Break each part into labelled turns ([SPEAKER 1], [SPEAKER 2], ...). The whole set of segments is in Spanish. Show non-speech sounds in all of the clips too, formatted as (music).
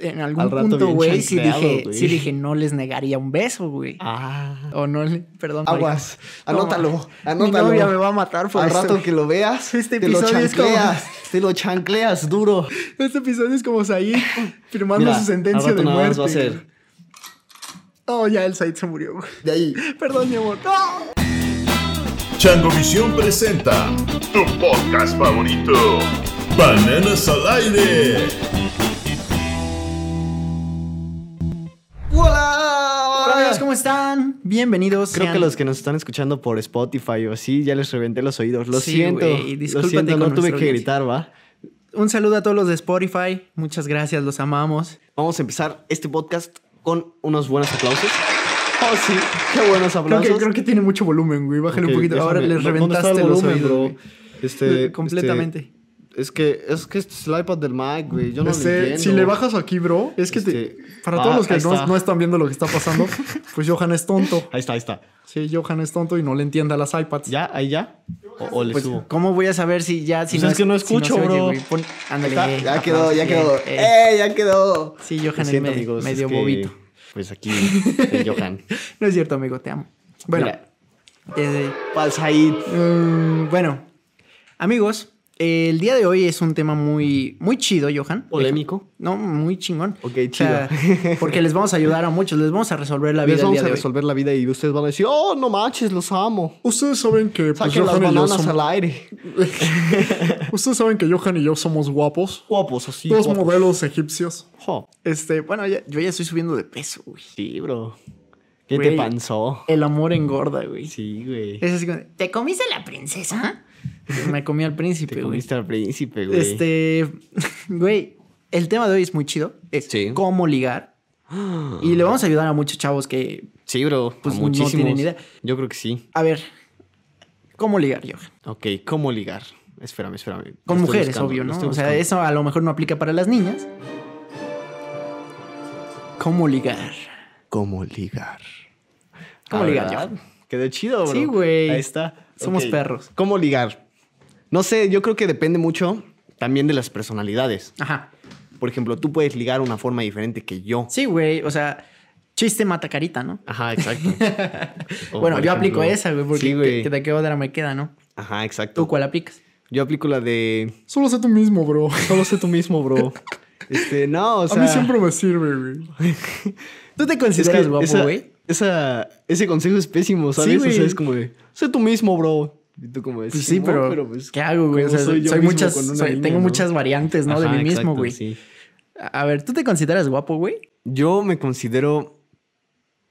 [SPEAKER 1] en algún
[SPEAKER 2] Al rato
[SPEAKER 1] punto,
[SPEAKER 2] bien
[SPEAKER 1] güey, sí
[SPEAKER 2] chancleado,
[SPEAKER 1] dije,
[SPEAKER 2] güey.
[SPEAKER 1] sí dije, no les negaría un beso, güey.
[SPEAKER 2] Ah.
[SPEAKER 1] O no, le- perdón.
[SPEAKER 2] Aguas.
[SPEAKER 1] marica.
[SPEAKER 2] Anótalo,
[SPEAKER 1] No,
[SPEAKER 2] anótalo.
[SPEAKER 1] Mi novia me va a matar por
[SPEAKER 2] Al
[SPEAKER 1] esto.
[SPEAKER 2] rato que lo
[SPEAKER 1] (laughs)
[SPEAKER 2] veas,
[SPEAKER 1] Este
[SPEAKER 2] te lo
[SPEAKER 1] episodio es como-
[SPEAKER 2] chancleas, te lo chancleas duro.
[SPEAKER 1] Este episodio es como Said firmando
[SPEAKER 2] Mira,
[SPEAKER 1] su sentencia
[SPEAKER 2] al rato
[SPEAKER 1] de
[SPEAKER 2] nada más
[SPEAKER 1] muerte.
[SPEAKER 2] va a ser.
[SPEAKER 1] Oh, ya el Said se murió. güey. (laughs)
[SPEAKER 2] De ahí.
[SPEAKER 1] Perdón, mi amor.
[SPEAKER 2] ¡Ah!
[SPEAKER 1] ¡No!
[SPEAKER 3] Changovisión presenta tu podcast favorito, Bananas al Aire.
[SPEAKER 2] ¡Hola!
[SPEAKER 1] Hola amigos, ¿cómo están? Bienvenidos.
[SPEAKER 2] Creo
[SPEAKER 1] sean-
[SPEAKER 2] que los que nos están escuchando por Spotify o así, ya les reventé los oídos. Lo
[SPEAKER 1] Sí,
[SPEAKER 2] siento.
[SPEAKER 1] güey,
[SPEAKER 2] lo
[SPEAKER 1] discúlpate
[SPEAKER 2] siento,
[SPEAKER 1] con
[SPEAKER 2] no tuve
[SPEAKER 1] nuestra
[SPEAKER 2] que
[SPEAKER 1] audiencia.
[SPEAKER 2] gritar, ¿va?
[SPEAKER 1] Un saludo a todos los de Spotify. Muchas gracias, los amamos.
[SPEAKER 2] Vamos a empezar este podcast con unos buenos aplausos. Oh, sí, qué buenos
[SPEAKER 1] Creo
[SPEAKER 2] aplausos.
[SPEAKER 1] que, creo que tiene mucho volumen, güey. Bájale
[SPEAKER 2] Ok,
[SPEAKER 1] un poquito. Ahora
[SPEAKER 2] déjame-
[SPEAKER 1] les
[SPEAKER 2] ¿dó- dónde está
[SPEAKER 1] reventaste
[SPEAKER 2] el volumen,
[SPEAKER 1] los oídos.
[SPEAKER 2] bro?
[SPEAKER 1] güey.
[SPEAKER 2] Este, este,
[SPEAKER 1] Completamente.
[SPEAKER 2] es que es que este es el iPad del Mac, güey. Yo no
[SPEAKER 1] Este,
[SPEAKER 2] lo entiendo.
[SPEAKER 1] si le bajas aquí, bro, es que te-
[SPEAKER 2] Este,
[SPEAKER 1] para
[SPEAKER 2] ah,
[SPEAKER 1] todos los que
[SPEAKER 2] ahí
[SPEAKER 1] no,
[SPEAKER 2] está.
[SPEAKER 1] no están viendo lo que está
[SPEAKER 2] (laughs)
[SPEAKER 1] pasando, pues Johan es tonto.
[SPEAKER 2] Ahí está, ahí está.
[SPEAKER 1] Sí, Johan es tonto y no le entiende a las iPads.
[SPEAKER 2] ¿Ya? ¿Ahí ya? ¿O, o le
[SPEAKER 1] Pues,
[SPEAKER 2] subo?
[SPEAKER 1] ¿cómo voy a saber si ya si
[SPEAKER 2] Pues
[SPEAKER 1] no
[SPEAKER 2] es que no escucho,
[SPEAKER 1] se
[SPEAKER 2] bro.
[SPEAKER 1] güey? Pon- ándale.
[SPEAKER 2] Está, ya
[SPEAKER 1] aplausos,
[SPEAKER 2] quedó, ya
[SPEAKER 1] eh,
[SPEAKER 2] quedó.
[SPEAKER 1] eh.
[SPEAKER 2] ¡Eh, ya quedó!
[SPEAKER 1] Sí, Johan
[SPEAKER 2] Lo
[SPEAKER 1] es
[SPEAKER 2] siento,
[SPEAKER 1] me-
[SPEAKER 2] amigos,
[SPEAKER 1] medio
[SPEAKER 2] es que,
[SPEAKER 1] bobito. (laughs)
[SPEAKER 2] Pues aquí, (laughs) el Johan.
[SPEAKER 1] No es cierto, amigo, te amo. Bueno,
[SPEAKER 2] Mira.
[SPEAKER 1] eh,
[SPEAKER 2] Palsaid.
[SPEAKER 1] mm, bueno, amigos, eh, el día de hoy es un tema muy muy chido, Johan.
[SPEAKER 2] Polémico.
[SPEAKER 1] No, muy chingón.
[SPEAKER 2] Ok,
[SPEAKER 1] O sea,
[SPEAKER 2] chido. (laughs)
[SPEAKER 1] porque les vamos a ayudar a muchos, les vamos a resolver la vida
[SPEAKER 2] Les
[SPEAKER 1] el
[SPEAKER 2] vamos
[SPEAKER 1] día
[SPEAKER 2] a
[SPEAKER 1] de hoy.
[SPEAKER 2] resolver la vida y ustedes van a decir, oh, no manches, los amo.
[SPEAKER 1] Ustedes saben que pues,
[SPEAKER 2] Saquen las bananas al aire.
[SPEAKER 1] Ustedes saben que Johan y yo somos guapos.
[SPEAKER 2] Guapos, así. guapos.
[SPEAKER 1] modelos egipcios.
[SPEAKER 2] Jo,
[SPEAKER 1] Este, bueno, ya- yo ya estoy subiendo de peso, güey.
[SPEAKER 2] Sí, bro. ¿Qué
[SPEAKER 1] Güey.
[SPEAKER 2] te panzó?
[SPEAKER 1] El amor engorda, güey.
[SPEAKER 2] Sí, güey.
[SPEAKER 1] Es así como, ¿te comiste a la
[SPEAKER 2] (laughs)
[SPEAKER 1] princesa? Me comí al príncipe,
[SPEAKER 2] Te
[SPEAKER 1] güey.
[SPEAKER 2] comiste al príncipe, güey.
[SPEAKER 1] Este, (laughs) güey, el tema de hoy es muy chido. Es
[SPEAKER 2] Sí.
[SPEAKER 1] cómo ligar. Y le vamos a ayudar a muchos chavos que,
[SPEAKER 2] Sí, bro.
[SPEAKER 1] Pues
[SPEAKER 2] Pues
[SPEAKER 1] no
[SPEAKER 2] muchísimos.
[SPEAKER 1] tienen idea.
[SPEAKER 2] Yo creo que sí.
[SPEAKER 1] a ver, ¿cómo ligar, Johan?
[SPEAKER 2] Ok, ¿cómo ligar? Espérame, espérame. Lo
[SPEAKER 1] Con
[SPEAKER 2] estoy
[SPEAKER 1] mujeres,
[SPEAKER 2] buscando,
[SPEAKER 1] obvio,
[SPEAKER 2] lo
[SPEAKER 1] ¿no?
[SPEAKER 2] estoy
[SPEAKER 1] O sea,
[SPEAKER 2] buscando.
[SPEAKER 1] eso a lo mejor no aplica para las niñas. ¿Cómo ligar?
[SPEAKER 2] ¿Cómo ligar?
[SPEAKER 1] ¿Cómo
[SPEAKER 2] Ah,
[SPEAKER 1] ligar,
[SPEAKER 2] ¿verdad?
[SPEAKER 1] Johan?
[SPEAKER 2] Quedó chido, bro.
[SPEAKER 1] Sí, güey.
[SPEAKER 2] Ahí está.
[SPEAKER 1] Somos
[SPEAKER 2] Ok.
[SPEAKER 1] perros.
[SPEAKER 2] ¿Cómo ligar? No sé, yo creo que depende mucho también de las personalidades.
[SPEAKER 1] Ajá.
[SPEAKER 2] Por ejemplo, tú puedes ligar una forma diferente que yo.
[SPEAKER 1] Sí, güey, o sea, chiste mata carita, ¿no?
[SPEAKER 2] Ajá, (laughs) exacto. O,
[SPEAKER 1] bueno,
[SPEAKER 2] Oh, por
[SPEAKER 1] yo aplico
[SPEAKER 2] ejemplo,
[SPEAKER 1] esa, güey, porque
[SPEAKER 2] Sí,
[SPEAKER 1] que,
[SPEAKER 2] güey.
[SPEAKER 1] que de qué otra me queda, ¿no?
[SPEAKER 2] Ajá,
[SPEAKER 1] ¿Tú
[SPEAKER 2] exacto.
[SPEAKER 1] cuál aplicas?
[SPEAKER 2] Yo aplico la de...
[SPEAKER 1] Solo sé tú mismo, bro.
[SPEAKER 2] Solo sé tú mismo, (laughs) bro. Este, no, o sea...
[SPEAKER 1] me sirve, güey. ¿Tú te
[SPEAKER 2] Es
[SPEAKER 1] consideras
[SPEAKER 2] que
[SPEAKER 1] guapo,
[SPEAKER 2] esa-
[SPEAKER 1] güey?
[SPEAKER 2] esa- ese consejo es pésimo, ¿sabes?
[SPEAKER 1] Sí,
[SPEAKER 2] o sea,
[SPEAKER 1] güey.
[SPEAKER 2] es como de, sé tú mismo, bro. Y tú como de,
[SPEAKER 1] Pues sí,
[SPEAKER 2] "Simón,
[SPEAKER 1] pero,
[SPEAKER 2] pues,
[SPEAKER 1] ¿qué hago, güey? O
[SPEAKER 2] ¿cómo
[SPEAKER 1] sea,
[SPEAKER 2] soy
[SPEAKER 1] soy,
[SPEAKER 2] yo mismo
[SPEAKER 1] muchas,
[SPEAKER 2] con una
[SPEAKER 1] soy-
[SPEAKER 2] niña,
[SPEAKER 1] tengo
[SPEAKER 2] no?"
[SPEAKER 1] muchas variantes, ¿no? de
[SPEAKER 2] Ajá,
[SPEAKER 1] mí mismo,
[SPEAKER 2] exacto,
[SPEAKER 1] güey.
[SPEAKER 2] sí.
[SPEAKER 1] A ver, ¿tú te consideras guapo, güey?
[SPEAKER 2] Yo me considero,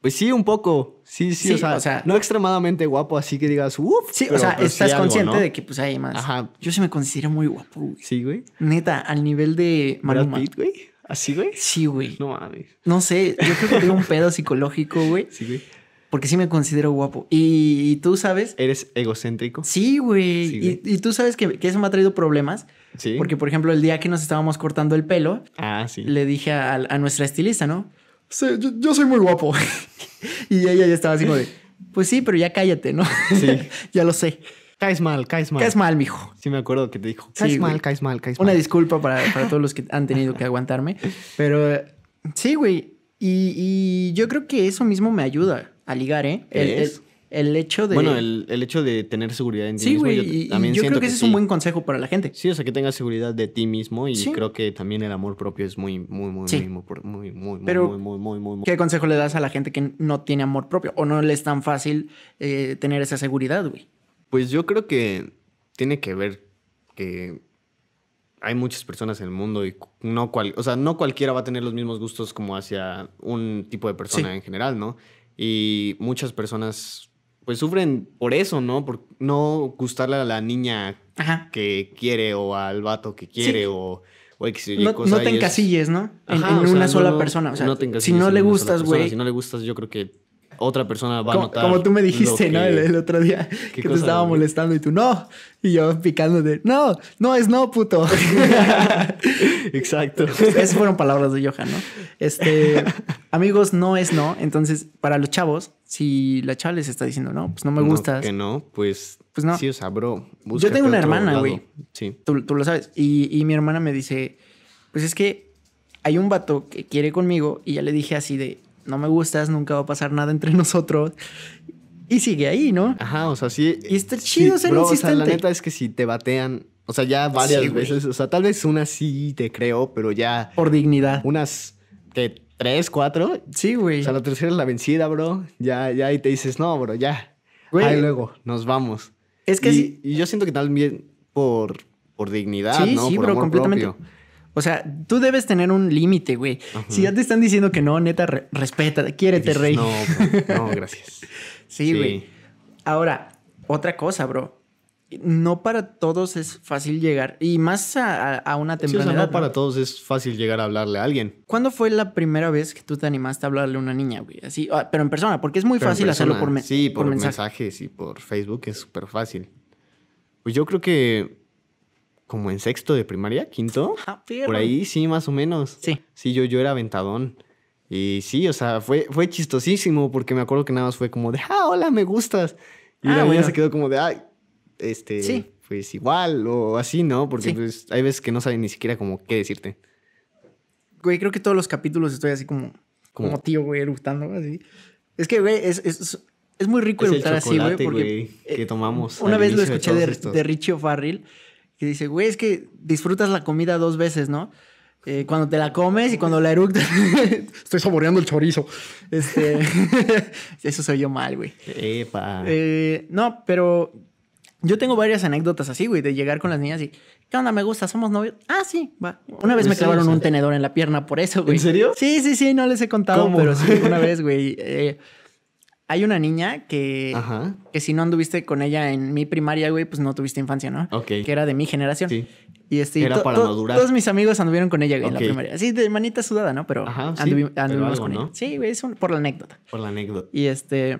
[SPEAKER 2] pues sí, un poco. Sí, sí,
[SPEAKER 1] Sí,
[SPEAKER 2] o, sea,
[SPEAKER 1] o sea-
[SPEAKER 2] no extremadamente guapo, así que digas, uff.
[SPEAKER 1] Sí, o sea,
[SPEAKER 2] pues,
[SPEAKER 1] estás consciente de que pues hay más.
[SPEAKER 2] Ajá.
[SPEAKER 1] Yo sí me considero muy guapo, güey.
[SPEAKER 2] Sí, güey.
[SPEAKER 1] Neta, al nivel de
[SPEAKER 2] Brad
[SPEAKER 1] Maluma.
[SPEAKER 2] Pitt, güey. Así, güey.
[SPEAKER 1] Sí, güey.
[SPEAKER 2] No mames.
[SPEAKER 1] No sé, yo creo que tengo un pedo psicológico, güey.
[SPEAKER 2] Sí, güey.
[SPEAKER 1] Porque sí me considero guapo. Y, y tú sabes.
[SPEAKER 2] Eres egocéntrico.
[SPEAKER 1] Sí, güey.
[SPEAKER 2] Sí,
[SPEAKER 1] y, y tú sabes que, que eso me ha traído problemas.
[SPEAKER 2] Sí.
[SPEAKER 1] Porque, por ejemplo, el día que nos estábamos cortando el pelo,
[SPEAKER 2] Ah, sí.
[SPEAKER 1] le dije a, a nuestra estilista, ¿no? yo, soy muy guapo. (laughs) y ella ya estaba así como de, pues sí, pero ya cállate, ¿no?
[SPEAKER 2] Sí.
[SPEAKER 1] (laughs) ya lo sé.
[SPEAKER 2] Caes mal, caes mal.
[SPEAKER 1] Caes mal, mijo.
[SPEAKER 2] Sí, me acuerdo que te dijo.
[SPEAKER 1] Sí,
[SPEAKER 2] Caes
[SPEAKER 1] güey.
[SPEAKER 2] mal, caes mal, caes
[SPEAKER 1] Una
[SPEAKER 2] mal.
[SPEAKER 1] disculpa para, para todos los que han tenido
[SPEAKER 2] (laughs)
[SPEAKER 1] que aguantarme. Pero eh, sí, güey. Y, y yo creo que eso mismo me ayuda a ligar, ¿eh? El, el,
[SPEAKER 2] ¿Crees?
[SPEAKER 1] el hecho de...
[SPEAKER 2] Bueno, el, el hecho de tener seguridad en ti
[SPEAKER 1] Sí,
[SPEAKER 2] mismo.
[SPEAKER 1] güey.
[SPEAKER 2] yo
[SPEAKER 1] y- y Yo,
[SPEAKER 2] también siento
[SPEAKER 1] creo que ese es un
[SPEAKER 2] sí.
[SPEAKER 1] buen consejo para la gente.
[SPEAKER 2] Sí, o sea, que tengas seguridad de ti mismo y
[SPEAKER 1] Sí.
[SPEAKER 2] creo que también el amor propio es muy, muy, muy,
[SPEAKER 1] Sí.
[SPEAKER 2] muy, muy, muy, muy,
[SPEAKER 1] Pero-
[SPEAKER 2] muy, muy, muy, muy, muy-
[SPEAKER 1] ¿Qué consejo le das a la gente que no tiene amor propio o no le es tan fácil eh, tener esa seguridad, güey?
[SPEAKER 2] Pues yo creo que tiene que ver que hay muchas personas en el mundo y cu- no cual, o sea, no cualquiera va a tener los mismos gustos como hacia un tipo de persona
[SPEAKER 1] Sí.
[SPEAKER 2] en general, ¿no? Y muchas personas pues sufren por eso, ¿no? Por no gustarle a la niña
[SPEAKER 1] Ajá.
[SPEAKER 2] que quiere o al vato que quiere o, o X o Y
[SPEAKER 1] no,
[SPEAKER 2] cosa
[SPEAKER 1] no te
[SPEAKER 2] y es-
[SPEAKER 1] encasilles, ¿no? En,
[SPEAKER 2] Ajá,
[SPEAKER 1] en
[SPEAKER 2] o sea,
[SPEAKER 1] una
[SPEAKER 2] no-
[SPEAKER 1] sola
[SPEAKER 2] no-
[SPEAKER 1] persona. O sea,
[SPEAKER 2] no te
[SPEAKER 1] si
[SPEAKER 2] encasilles
[SPEAKER 1] no
[SPEAKER 2] en
[SPEAKER 1] le
[SPEAKER 2] una sola
[SPEAKER 1] gustas,
[SPEAKER 2] persona.
[SPEAKER 1] güey.
[SPEAKER 2] Si no le gustas, yo creo que otra persona va a
[SPEAKER 1] como,
[SPEAKER 2] notar.
[SPEAKER 1] como tú me dijiste,
[SPEAKER 2] lo
[SPEAKER 1] ¿no?
[SPEAKER 2] que-
[SPEAKER 1] El,
[SPEAKER 2] (laughs)
[SPEAKER 1] el otro día que te
[SPEAKER 2] cosa,
[SPEAKER 1] estaba
[SPEAKER 2] güey?
[SPEAKER 1] molestando y tú no. Y yo picándote, no, no es no,
[SPEAKER 2] (laughs)
[SPEAKER 1] puto.
[SPEAKER 2] Exacto.
[SPEAKER 1] Esas fueron palabras de Johan, ¿no? Este, amigos, no es no. Entonces, para los chavos, si la chava les está diciendo, no, pues no me
[SPEAKER 2] No,
[SPEAKER 1] gustas,
[SPEAKER 2] que no, pues.
[SPEAKER 1] Pues no.
[SPEAKER 2] Sí, o sea,
[SPEAKER 1] Yo
[SPEAKER 2] bro.
[SPEAKER 1] tengo
[SPEAKER 2] búscate
[SPEAKER 1] una
[SPEAKER 2] otro
[SPEAKER 1] hermana,
[SPEAKER 2] lado.
[SPEAKER 1] güey.
[SPEAKER 2] Sí.
[SPEAKER 1] tú, tú lo sabes. Y, y mi hermana me dice, pues es que hay un vato que quiere conmigo y ya le dije así de, no me gustas, nunca va a pasar nada entre (laughs) nosotros. Y sigue ahí, ¿no?
[SPEAKER 2] Ajá, o sea, sí.
[SPEAKER 1] Y está chido ser
[SPEAKER 2] bro, o sea, la
[SPEAKER 1] insistente.
[SPEAKER 2] neta es que si te batean, o sea, ya varias
[SPEAKER 1] Sí, güey.
[SPEAKER 2] veces, o sea, tal vez una sí te creo, pero ya
[SPEAKER 1] Por dignidad.
[SPEAKER 2] unas que tres, cuatro,
[SPEAKER 1] Sí, güey.
[SPEAKER 2] o sea, la tercera es la vencida, bro. Ya, ya, y te dices, no, bro, ya.
[SPEAKER 1] Güey.
[SPEAKER 2] Ahí luego, nos vamos.
[SPEAKER 1] Es que
[SPEAKER 2] y,
[SPEAKER 1] sí.
[SPEAKER 2] y yo siento que también por, por dignidad,
[SPEAKER 1] Sí,
[SPEAKER 2] ¿no?
[SPEAKER 1] sí,
[SPEAKER 2] por
[SPEAKER 1] bro,
[SPEAKER 2] amor
[SPEAKER 1] completamente.
[SPEAKER 2] propio.
[SPEAKER 1] O sea, tú debes tener un límite, güey. Si ya te están diciendo que no, neta, re- respeta, quiérete,
[SPEAKER 2] Dices,
[SPEAKER 1] rey.
[SPEAKER 2] No,
[SPEAKER 1] (laughs)
[SPEAKER 2] bro, no, gracias.
[SPEAKER 1] sí, güey. Ahora, otra cosa, bro. No para todos es fácil llegar. Y más a, a- a una
[SPEAKER 2] Sí, o
[SPEAKER 1] temprana
[SPEAKER 2] sea,
[SPEAKER 1] edad,
[SPEAKER 2] no
[SPEAKER 1] ¿no?
[SPEAKER 2] para todos es fácil llegar a hablarle a alguien.
[SPEAKER 1] ¿Cuándo fue la primera vez que tú te animaste a hablarle a una niña, güey? Así, ah, pero en persona, porque es muy
[SPEAKER 2] Pero en
[SPEAKER 1] fácil hacerlo
[SPEAKER 2] persona,
[SPEAKER 1] por, men-
[SPEAKER 2] Sí, por,
[SPEAKER 1] por mensaje.
[SPEAKER 2] mensajes y por Facebook es súper fácil. Pues yo creo que como en sexto de primaria, quinto,
[SPEAKER 1] Ah, perro.
[SPEAKER 2] por ahí sí, más o menos.
[SPEAKER 1] Sí.
[SPEAKER 2] Sí, yo, yo era aventadón. Y sí, o sea, fue, fue chistosísimo porque me acuerdo que nada más fue como de, ah, hola, me gustas.
[SPEAKER 1] Ah,
[SPEAKER 2] Y la niña
[SPEAKER 1] bueno.
[SPEAKER 2] se quedó como de, ay, este,
[SPEAKER 1] Sí.
[SPEAKER 2] pues igual o así, ¿no? Porque
[SPEAKER 1] Sí.
[SPEAKER 2] pues, hay veces que no saben ni siquiera como qué decirte.
[SPEAKER 1] Güey, creo que todos los capítulos estoy así como,
[SPEAKER 2] Como-
[SPEAKER 1] como tío, güey, eructando, así. Es que, güey, es, es, es muy rico
[SPEAKER 2] Es el
[SPEAKER 1] eructar así, güey,
[SPEAKER 2] chocolate,
[SPEAKER 1] porque...
[SPEAKER 2] güey, que
[SPEAKER 1] eh,
[SPEAKER 2] tomamos
[SPEAKER 1] Una
[SPEAKER 2] al
[SPEAKER 1] vez lo
[SPEAKER 2] inicio de
[SPEAKER 1] escuché
[SPEAKER 2] todos
[SPEAKER 1] de,
[SPEAKER 2] estos.
[SPEAKER 1] de Richie O'Farrell, que dice, güey, es que disfrutas la comida dos veces, ¿no? Eh, cuando te la comes y cuando la eructas. (laughs) Estoy saboreando el chorizo. Este... (laughs) Eso soy yo mal, güey.
[SPEAKER 2] Epa.
[SPEAKER 1] Eh, no, pero yo tengo varias anécdotas así, güey, de llegar con las niñas y, ¿qué onda? Me gusta, somos novios. Ah, sí, va. Una vez
[SPEAKER 2] ¿En
[SPEAKER 1] me
[SPEAKER 2] serio?
[SPEAKER 1] clavaron un tenedor en la pierna por eso, güey.
[SPEAKER 2] ¿En serio?
[SPEAKER 1] Sí, sí, sí, no les he contado,
[SPEAKER 2] ¿Cómo?
[SPEAKER 1] pero
[SPEAKER 2] (laughs)
[SPEAKER 1] sí, una vez, güey. eh, hay una niña que,
[SPEAKER 2] Ajá.
[SPEAKER 1] que si no anduviste con ella en mi primaria, güey, pues no tuviste infancia, ¿no?
[SPEAKER 2] Ok.
[SPEAKER 1] Que era de mi generación.
[SPEAKER 2] Sí.
[SPEAKER 1] Y este,
[SPEAKER 2] Era
[SPEAKER 1] to-
[SPEAKER 2] para
[SPEAKER 1] to-
[SPEAKER 2] madurar.
[SPEAKER 1] Todos mis amigos anduvieron con ella, güey, en la
[SPEAKER 2] Ok.
[SPEAKER 1] primaria. Sí, de manita sudada, ¿no? Pero,
[SPEAKER 2] Ajá, sí,
[SPEAKER 1] anduvi-
[SPEAKER 2] pero
[SPEAKER 1] anduvimos
[SPEAKER 2] algo,
[SPEAKER 1] con
[SPEAKER 2] ¿no?
[SPEAKER 1] ella. Sí, güey, es un- por la anécdota.
[SPEAKER 2] Por la anécdota.
[SPEAKER 1] Y este.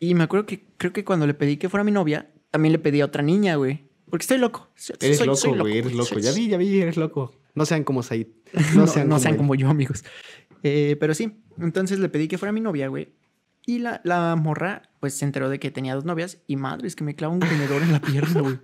[SPEAKER 1] Y me acuerdo que creo que cuando le pedí que fuera mi novia, también le pedí a otra niña, güey. Porque estoy loco. Soy-
[SPEAKER 2] Eres
[SPEAKER 1] soy- soy
[SPEAKER 2] loco, güey, eres
[SPEAKER 1] güey.
[SPEAKER 2] loco.
[SPEAKER 1] Soy-
[SPEAKER 2] Ya vi, ya vi, eres loco. No sean como Said.
[SPEAKER 1] (laughs) No, no sean,
[SPEAKER 2] él.
[SPEAKER 1] como yo, amigos. Eh, pero sí, entonces le pedí que fuera mi novia, güey. Y la, la morra, pues se enteró de que tenía dos novias. Y madre, es que me clava un tenedor en la pierna, güey.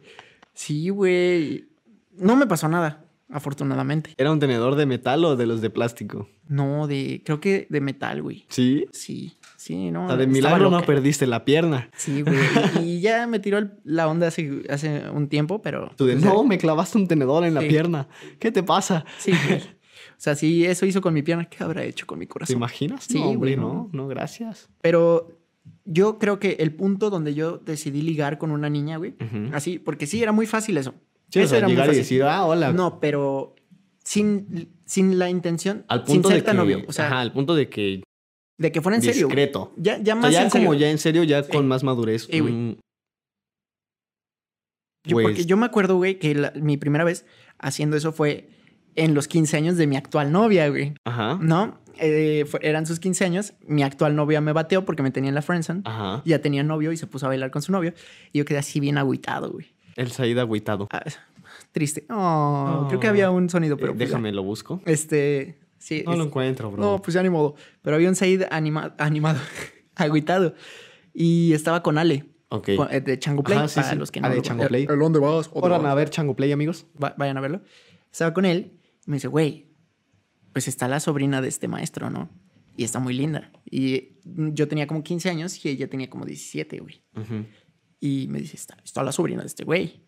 [SPEAKER 1] Sí, güey. No me pasó nada, afortunadamente.
[SPEAKER 2] ¿Era un tenedor de metal o de los de plástico?
[SPEAKER 1] No, de. Creo que de metal, güey.
[SPEAKER 2] Sí.
[SPEAKER 1] Sí, sí, no.
[SPEAKER 2] O sea, de
[SPEAKER 1] estaba
[SPEAKER 2] milagro no
[SPEAKER 1] loca.
[SPEAKER 2] perdiste la pierna.
[SPEAKER 1] Sí, güey. Y y ya me tiró el- la onda hace, hace un tiempo, pero.
[SPEAKER 2] Tú de,
[SPEAKER 1] o sea,
[SPEAKER 2] no, me clavaste un tenedor en la
[SPEAKER 1] Sí.
[SPEAKER 2] pierna. ¿Qué te pasa?
[SPEAKER 1] Sí, güey. O sea, si eso hizo con mi pierna, ¿qué habrá hecho con mi
[SPEAKER 2] ¿Te
[SPEAKER 1] corazón?
[SPEAKER 2] imaginas?
[SPEAKER 1] Sí,
[SPEAKER 2] no, hombre,
[SPEAKER 1] güey, no.
[SPEAKER 2] no, no, gracias.
[SPEAKER 1] Pero yo creo que el punto donde yo decidí ligar con una niña, güey,
[SPEAKER 2] Ujú.
[SPEAKER 1] así, porque sí, era muy fácil eso.
[SPEAKER 2] Sí, o
[SPEAKER 1] eso
[SPEAKER 2] sea,
[SPEAKER 1] muy
[SPEAKER 2] llegar y
[SPEAKER 1] fácil.
[SPEAKER 2] decir, ah, hola.
[SPEAKER 1] No, pero sin, sin la intención,
[SPEAKER 2] al punto
[SPEAKER 1] sin
[SPEAKER 2] de
[SPEAKER 1] ser
[SPEAKER 2] que,
[SPEAKER 1] tan novio. O sea,
[SPEAKER 2] ajá, al punto de que
[SPEAKER 1] de que fuera en serio. güey.
[SPEAKER 2] discreto.
[SPEAKER 1] Ya, ya
[SPEAKER 2] O
[SPEAKER 1] más
[SPEAKER 2] sea, ya
[SPEAKER 1] en
[SPEAKER 2] como
[SPEAKER 1] serio.
[SPEAKER 2] ya en serio, ya
[SPEAKER 1] Sí.
[SPEAKER 2] con más madurez.
[SPEAKER 1] Sí, güey.
[SPEAKER 2] mm,
[SPEAKER 1] Yo-
[SPEAKER 2] pues,
[SPEAKER 1] porque yo me acuerdo, güey, que la- mi primera vez haciendo eso fue en los 15 años de mi actual novia, güey.
[SPEAKER 2] Ajá.
[SPEAKER 1] No, eh, fue- eran sus 15 años. Mi actual novia me bateó porque me tenía en la friendzone.
[SPEAKER 2] Ajá.
[SPEAKER 1] Ya tenía novio y se puso a bailar con su novio. Y yo quedé así bien agüitado, güey.
[SPEAKER 2] El Said agüitado. Eh,
[SPEAKER 1] Ah, triste. Oh, Creo que
[SPEAKER 2] Oh.
[SPEAKER 1] había un sonido, pero...
[SPEAKER 2] Eh,
[SPEAKER 1] pues,
[SPEAKER 2] déjame, lo busco.
[SPEAKER 1] ya. Este... Sí.
[SPEAKER 2] No lo
[SPEAKER 1] es-
[SPEAKER 2] encuentro, bro.
[SPEAKER 1] no, pues ya ni modo. Pero había un Said anima- animado, (laughs) agüitado. Y estaba con Ale.
[SPEAKER 2] Ok.
[SPEAKER 1] con- eh, de Chango Play.
[SPEAKER 2] Ajá, sí,
[SPEAKER 1] para
[SPEAKER 2] sí.
[SPEAKER 1] los que
[SPEAKER 2] Ah,
[SPEAKER 1] no
[SPEAKER 2] de
[SPEAKER 1] lo-
[SPEAKER 2] Chango Play.
[SPEAKER 1] ¿El dónde vas? ¿Dónde
[SPEAKER 2] Ahora,
[SPEAKER 1] vas?
[SPEAKER 2] a ver, Chango Play, amigos.
[SPEAKER 1] Va- vayan a verlo. Estaba con él y me dice, güey, pues está la sobrina de este maestro, ¿no? Y está muy linda. Y mm, yo tenía como 15 años y ella tenía como 17, güey. Y me dice, está, está la sobrina de este güey.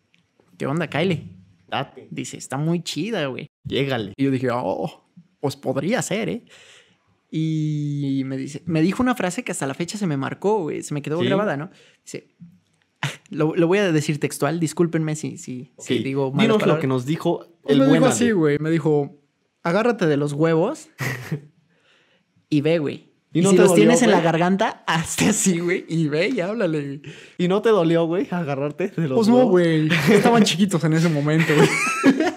[SPEAKER 1] ¿Qué onda, Kyle?
[SPEAKER 2] Date.
[SPEAKER 1] Dice, está muy chida, güey.
[SPEAKER 2] Llégale.
[SPEAKER 1] Y yo dije, oh, pues podría ser, ¿eh? Y me dice, me dijo una frase que hasta la fecha se me marcó, güey, se me quedó
[SPEAKER 2] ¿Sí?
[SPEAKER 1] grabada, ¿no? Dice, (laughs) lo, lo voy a decir textual, discúlpenme si, si, si
[SPEAKER 2] Ok,
[SPEAKER 1] digo malas
[SPEAKER 2] Dinos lo
[SPEAKER 1] palabras.
[SPEAKER 2] que nos dijo
[SPEAKER 1] Pues
[SPEAKER 2] el
[SPEAKER 1] me
[SPEAKER 2] buen
[SPEAKER 1] dijo
[SPEAKER 2] Ale.
[SPEAKER 1] así, güey. Me dijo, agárrate de los huevos y ve, güey.
[SPEAKER 2] Y
[SPEAKER 1] Y,
[SPEAKER 2] no
[SPEAKER 1] si
[SPEAKER 2] te
[SPEAKER 1] los
[SPEAKER 2] dolió,
[SPEAKER 1] tienes en la
[SPEAKER 2] güey.
[SPEAKER 1] garganta, hazte así, güey, y ve y háblale. güey.
[SPEAKER 2] ¿Y no te dolió, güey, agarrarte de los
[SPEAKER 1] Pues no,
[SPEAKER 2] huevos?
[SPEAKER 1] güey. Estaban chiquitos en ese momento, güey. (laughs)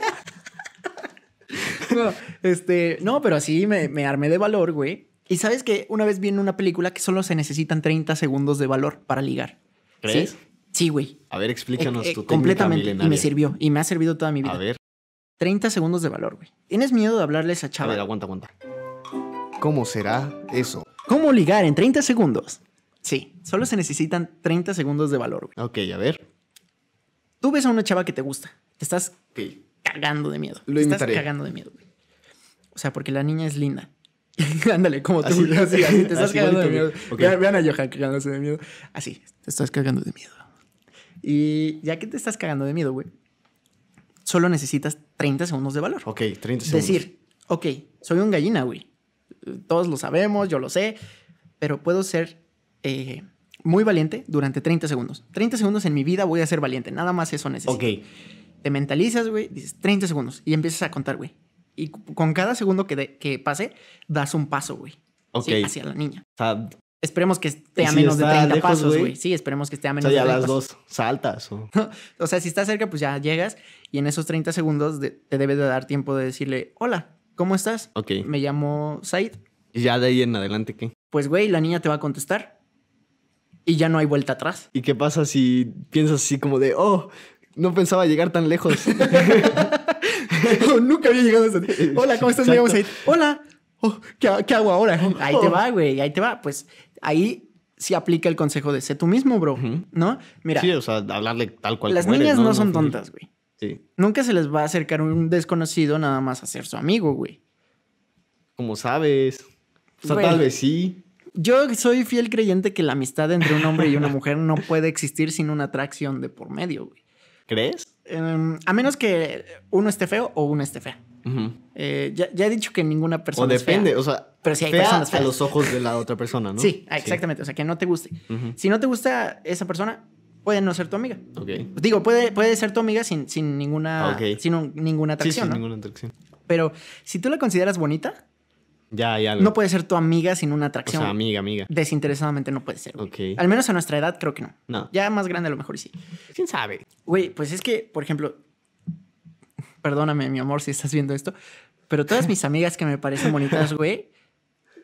[SPEAKER 1] No, este, no, pero así me, me armé de valor, güey. Y sabes que una vez vi en una película que solo se necesitan 30 segundos de valor para ligar.
[SPEAKER 2] ¿Crees?
[SPEAKER 1] ¿Sí? Sí, güey.
[SPEAKER 2] A ver, explícanos
[SPEAKER 1] Eh, eh,
[SPEAKER 2] tu técnica
[SPEAKER 1] completamente. Y me
[SPEAKER 2] milenaria.
[SPEAKER 1] sirvió. Y me ha servido toda mi vida.
[SPEAKER 2] A ver,
[SPEAKER 1] 30 segundos de valor, güey. ¿Tienes miedo de hablarles a
[SPEAKER 2] a ver,
[SPEAKER 1] Chava?
[SPEAKER 2] aguanta, aguanta. ¿Cómo será eso?
[SPEAKER 1] ¿Cómo ligar en 30 segundos? Sí, solo se necesitan 30 segundos de valor, güey.
[SPEAKER 2] Ok, a ver.
[SPEAKER 1] Tú ves a una chava que te gusta. Te estás
[SPEAKER 2] Ok.
[SPEAKER 1] cagando de miedo.
[SPEAKER 2] Lo
[SPEAKER 1] te estás
[SPEAKER 2] imitaré.
[SPEAKER 1] cagando de miedo, güey. O sea, porque la niña es linda. (laughs) Ándale, como tú.
[SPEAKER 2] Así,
[SPEAKER 1] Así, así, te estás
[SPEAKER 2] así
[SPEAKER 1] cagando de
[SPEAKER 2] igualito,
[SPEAKER 1] miedo.
[SPEAKER 2] ok.
[SPEAKER 1] Vean, vean a Johan cagándose de miedo. Así, te estás cagando de miedo. Y ya que te estás cagando de miedo, güey, solo necesitas 30 segundos de valor.
[SPEAKER 2] Ok, 30 segundos.
[SPEAKER 1] Decir, ok, soy un gallina, güey. Todos lo sabemos, yo lo sé, pero puedo ser eh, muy valiente durante 30 segundos. 30 segundos en mi vida voy a ser valiente, nada más eso necesito.
[SPEAKER 2] Ok,
[SPEAKER 1] Te mentalizas, güey, dices 30 segundos y empiezas a contar, güey. Y cu- con cada segundo que, de- que pase, das un paso, güey.
[SPEAKER 2] ok.
[SPEAKER 1] Sí, hacia la niña.
[SPEAKER 2] O sea,
[SPEAKER 1] Esperemos que esté a
[SPEAKER 2] si
[SPEAKER 1] menos de
[SPEAKER 2] está
[SPEAKER 1] 30
[SPEAKER 2] lejos,
[SPEAKER 1] pasos,
[SPEAKER 2] güey.
[SPEAKER 1] güey. Sí, esperemos que esté a
[SPEAKER 2] o
[SPEAKER 1] menos
[SPEAKER 2] sea, ya
[SPEAKER 1] de 30
[SPEAKER 2] las
[SPEAKER 1] pasos.
[SPEAKER 2] dos
[SPEAKER 1] (laughs)
[SPEAKER 2] saltas. o-
[SPEAKER 1] O sea, si está cerca, pues ya llegas y en esos 30 segundos de- te debe de dar tiempo de decirle, hola, ¿cómo estás?
[SPEAKER 2] Ok.
[SPEAKER 1] Me llamo Said.
[SPEAKER 2] Y ya de ahí en adelante, ¿qué?
[SPEAKER 1] Pues, güey, la niña te va a contestar. Y ya no hay vuelta atrás. (laughs)
[SPEAKER 2] ¿Y qué pasa si piensas así como de, oh, no pensaba llegar tan lejos?
[SPEAKER 1] (laughs) Nunca había llegado a eso. Hola, ¿cómo estás? Me llamo Said. Hola. Oh, ¿qué, ha- qué hago ahora? Oh. Ahí te va, güey. Ahí te va. Pues ahí sí aplica el consejo de sé tú mismo, bro.
[SPEAKER 2] Ujú.
[SPEAKER 1] ¿No? Mira,
[SPEAKER 2] sí, o sea, hablarle tal cual.
[SPEAKER 1] las
[SPEAKER 2] como eres,
[SPEAKER 1] niñas no son
[SPEAKER 2] fingir.
[SPEAKER 1] tontas, güey.
[SPEAKER 2] Sí.
[SPEAKER 1] Nunca se les va a acercar un desconocido nada más a ser su amigo, güey.
[SPEAKER 2] Como sabes. O sea,
[SPEAKER 1] Güey.
[SPEAKER 2] tal vez sí.
[SPEAKER 1] Yo soy fiel creyente que la amistad entre un hombre y (laughs) una mujer no puede existir sin una atracción de por medio, güey.
[SPEAKER 2] ¿Crees?
[SPEAKER 1] Em, a menos que uno esté feo o una esté fea. Eh, ya, ya he dicho que ninguna persona
[SPEAKER 2] O depende,
[SPEAKER 1] es fea.
[SPEAKER 2] o sea,
[SPEAKER 1] Pero sí hay
[SPEAKER 2] fea
[SPEAKER 1] personas
[SPEAKER 2] a
[SPEAKER 1] feas.
[SPEAKER 2] los ojos de la otra persona, ¿no?
[SPEAKER 1] Sí, ah, exactamente. O sea, que no te guste.
[SPEAKER 2] Ujú.
[SPEAKER 1] Si no te gusta esa persona, puede no ser tu amiga.
[SPEAKER 2] Ok. Sí,
[SPEAKER 1] Digo, puede, puede ser tu amiga sin, sin ninguna,
[SPEAKER 2] Ah, ok.
[SPEAKER 1] sin un- ninguna atracción,
[SPEAKER 2] sin
[SPEAKER 1] ¿no?
[SPEAKER 2] ninguna atracción.
[SPEAKER 1] Pero si tú la consideras bonita,
[SPEAKER 2] Ya, ya.
[SPEAKER 1] no puede ser tu amiga sin una
[SPEAKER 2] O
[SPEAKER 1] atracción.
[SPEAKER 2] sea, amiga, amiga.
[SPEAKER 1] Desinteresadamente no puede ser. güey.
[SPEAKER 2] Ok.
[SPEAKER 1] Al menos a nuestra edad creo que no.
[SPEAKER 2] No.
[SPEAKER 1] Ya más grande a lo mejor y sí.
[SPEAKER 2] ¿Quién sabe?
[SPEAKER 1] Güey, pues es que, por ejemplo, perdóname, mi amor, si estás viendo esto, pero todas mis amigas que me parecen bonitas, güey,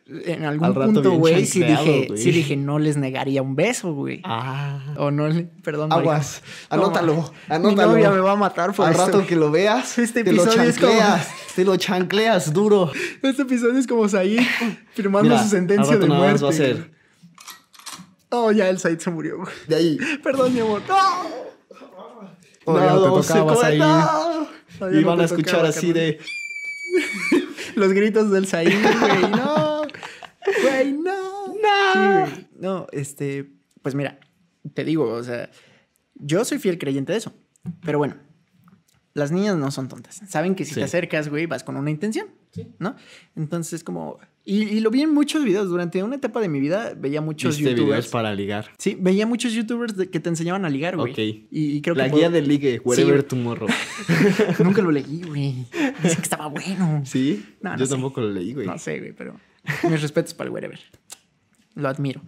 [SPEAKER 1] en algún
[SPEAKER 2] Al rato
[SPEAKER 1] punto,
[SPEAKER 2] bien
[SPEAKER 1] güey, sí
[SPEAKER 2] chancleado,
[SPEAKER 1] dije,
[SPEAKER 2] güey.
[SPEAKER 1] sí dije, no les negaría un beso, güey.
[SPEAKER 2] Ah.
[SPEAKER 1] O no, le- perdón.
[SPEAKER 2] Aguas.
[SPEAKER 1] marica.
[SPEAKER 2] Anótalo,
[SPEAKER 1] No,
[SPEAKER 2] anótalo.
[SPEAKER 1] Mi novia me va a matar por
[SPEAKER 2] Al
[SPEAKER 1] esto.
[SPEAKER 2] rato que lo veas,
[SPEAKER 1] (laughs) Este
[SPEAKER 2] te lo
[SPEAKER 1] episodio es como-
[SPEAKER 2] chancleas. Te lo chancleas duro.
[SPEAKER 1] Este episodio es como Said firmando
[SPEAKER 2] Mira,
[SPEAKER 1] su sentencia
[SPEAKER 2] al rato
[SPEAKER 1] de
[SPEAKER 2] nada más
[SPEAKER 1] muerte.
[SPEAKER 2] va a ser.
[SPEAKER 1] Oh, ya el Said se murió. güey.
[SPEAKER 2] De ahí.
[SPEAKER 1] Perdón, mi
[SPEAKER 2] (laughs)
[SPEAKER 1] amor. ¡No! Oh, ya te
[SPEAKER 2] no, se
[SPEAKER 1] tocabas
[SPEAKER 2] come-
[SPEAKER 1] ahí.
[SPEAKER 2] no.
[SPEAKER 1] No, ya
[SPEAKER 2] Y
[SPEAKER 1] no
[SPEAKER 2] van
[SPEAKER 1] te
[SPEAKER 2] a escuchar
[SPEAKER 1] tocaba,
[SPEAKER 2] así de.
[SPEAKER 1] Los gritos del Said, güey,
[SPEAKER 2] (laughs)
[SPEAKER 1] no. Güey, no. No. No, este, pues mira, te digo, o sea, yo soy fiel creyente de eso. Pero bueno, las niñas no son tontas. Saben que si
[SPEAKER 2] Sí.
[SPEAKER 1] te acercas, güey, vas con una intención, ¿no? Entonces, como... Y, y lo vi en muchos videos. Durante una etapa de mi vida veía muchos
[SPEAKER 2] Chiste videos
[SPEAKER 1] youtubers.
[SPEAKER 2] este para ligar.
[SPEAKER 1] Sí, veía muchos youtubers de- que te enseñaban a ligar, güey.
[SPEAKER 2] Ok.
[SPEAKER 1] Y, y creo
[SPEAKER 2] La
[SPEAKER 1] que... puedo-
[SPEAKER 2] guía de ligue, wherever tomorrow.
[SPEAKER 1] (laughs) Nunca lo leí, güey. Dicen que estaba bueno.
[SPEAKER 2] ¿Sí?
[SPEAKER 1] No, no
[SPEAKER 2] Yo
[SPEAKER 1] sé.
[SPEAKER 2] tampoco lo leí, güey.
[SPEAKER 1] No sé, güey, pero mis respetos para el wherever. Lo admiro.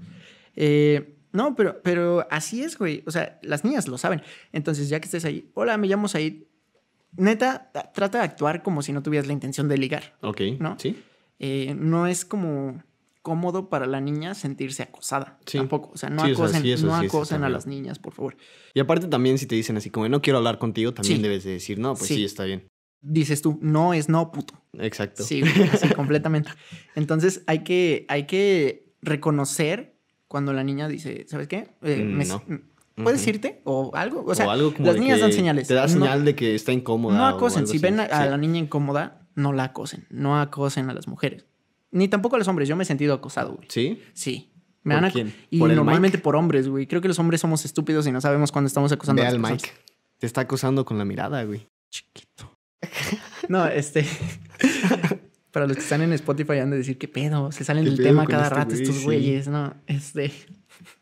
[SPEAKER 1] Eh, no, pero, pero así es, güey. O sea, las niñas lo saben. Entonces, ya que estés ahí, hola, me llamo Said. Neta, ta- trata de actuar como si no tuvieras la intención de ligar.
[SPEAKER 2] Ok.
[SPEAKER 1] No.
[SPEAKER 2] ¿Sí?
[SPEAKER 1] Eh, no es como cómodo para la niña sentirse acosada.
[SPEAKER 2] Sí.
[SPEAKER 1] Tampoco. O sea, no
[SPEAKER 2] Sí, o sea,
[SPEAKER 1] acosen,
[SPEAKER 2] sí, eso
[SPEAKER 1] no
[SPEAKER 2] sí, eso
[SPEAKER 1] acosen a
[SPEAKER 2] también.
[SPEAKER 1] las niñas, por favor.
[SPEAKER 2] Y aparte también si te dicen así como, no quiero hablar contigo, también
[SPEAKER 1] Sí.
[SPEAKER 2] debes de decir, no, pues
[SPEAKER 1] Sí.
[SPEAKER 2] sí. está bien.
[SPEAKER 1] Dices tú, no es no, puto.
[SPEAKER 2] Exacto.
[SPEAKER 1] Sí, güey, sí, completamente. Entonces hay que, hay que reconocer cuando la niña dice, ¿sabes qué? Eh,
[SPEAKER 2] Mm,
[SPEAKER 1] me-
[SPEAKER 2] no.
[SPEAKER 1] ¿Puedes
[SPEAKER 2] Ujú.
[SPEAKER 1] irte? O algo. O
[SPEAKER 2] O,
[SPEAKER 1] sea,
[SPEAKER 2] algo como
[SPEAKER 1] las
[SPEAKER 2] de
[SPEAKER 1] niñas
[SPEAKER 2] que
[SPEAKER 1] dan señales.
[SPEAKER 2] Te da
[SPEAKER 1] No-
[SPEAKER 2] señal de que está
[SPEAKER 1] No,
[SPEAKER 2] incómoda. o
[SPEAKER 1] acosen.
[SPEAKER 2] algo
[SPEAKER 1] Si
[SPEAKER 2] así.
[SPEAKER 1] ven a, a
[SPEAKER 2] Sí.
[SPEAKER 1] la niña incómoda, no la acosen. No acosen a las mujeres. Ni tampoco a los hombres. Yo me he sentido acosado, güey.
[SPEAKER 2] ¿Sí?
[SPEAKER 1] Sí. Me
[SPEAKER 2] ¿Por
[SPEAKER 1] han ac-
[SPEAKER 2] quién?
[SPEAKER 1] Y
[SPEAKER 2] ¿Por el
[SPEAKER 1] normalmente por hombres, güey. Creo que los hombres somos estúpidos y no sabemos cuándo estamos acosando
[SPEAKER 2] Ve
[SPEAKER 1] a las
[SPEAKER 2] al
[SPEAKER 1] personas.
[SPEAKER 2] Mike. Te está acosando con la mirada, güey.
[SPEAKER 1] Chiquito. No, este. (laughs) Para los que están en Spotify han de decir qué pedo, se salen
[SPEAKER 2] ¿Qué
[SPEAKER 1] del
[SPEAKER 2] pedo
[SPEAKER 1] tema
[SPEAKER 2] con
[SPEAKER 1] cada
[SPEAKER 2] este
[SPEAKER 1] rato
[SPEAKER 2] güey?
[SPEAKER 1] estos
[SPEAKER 2] Sí.
[SPEAKER 1] güeyes, no, este.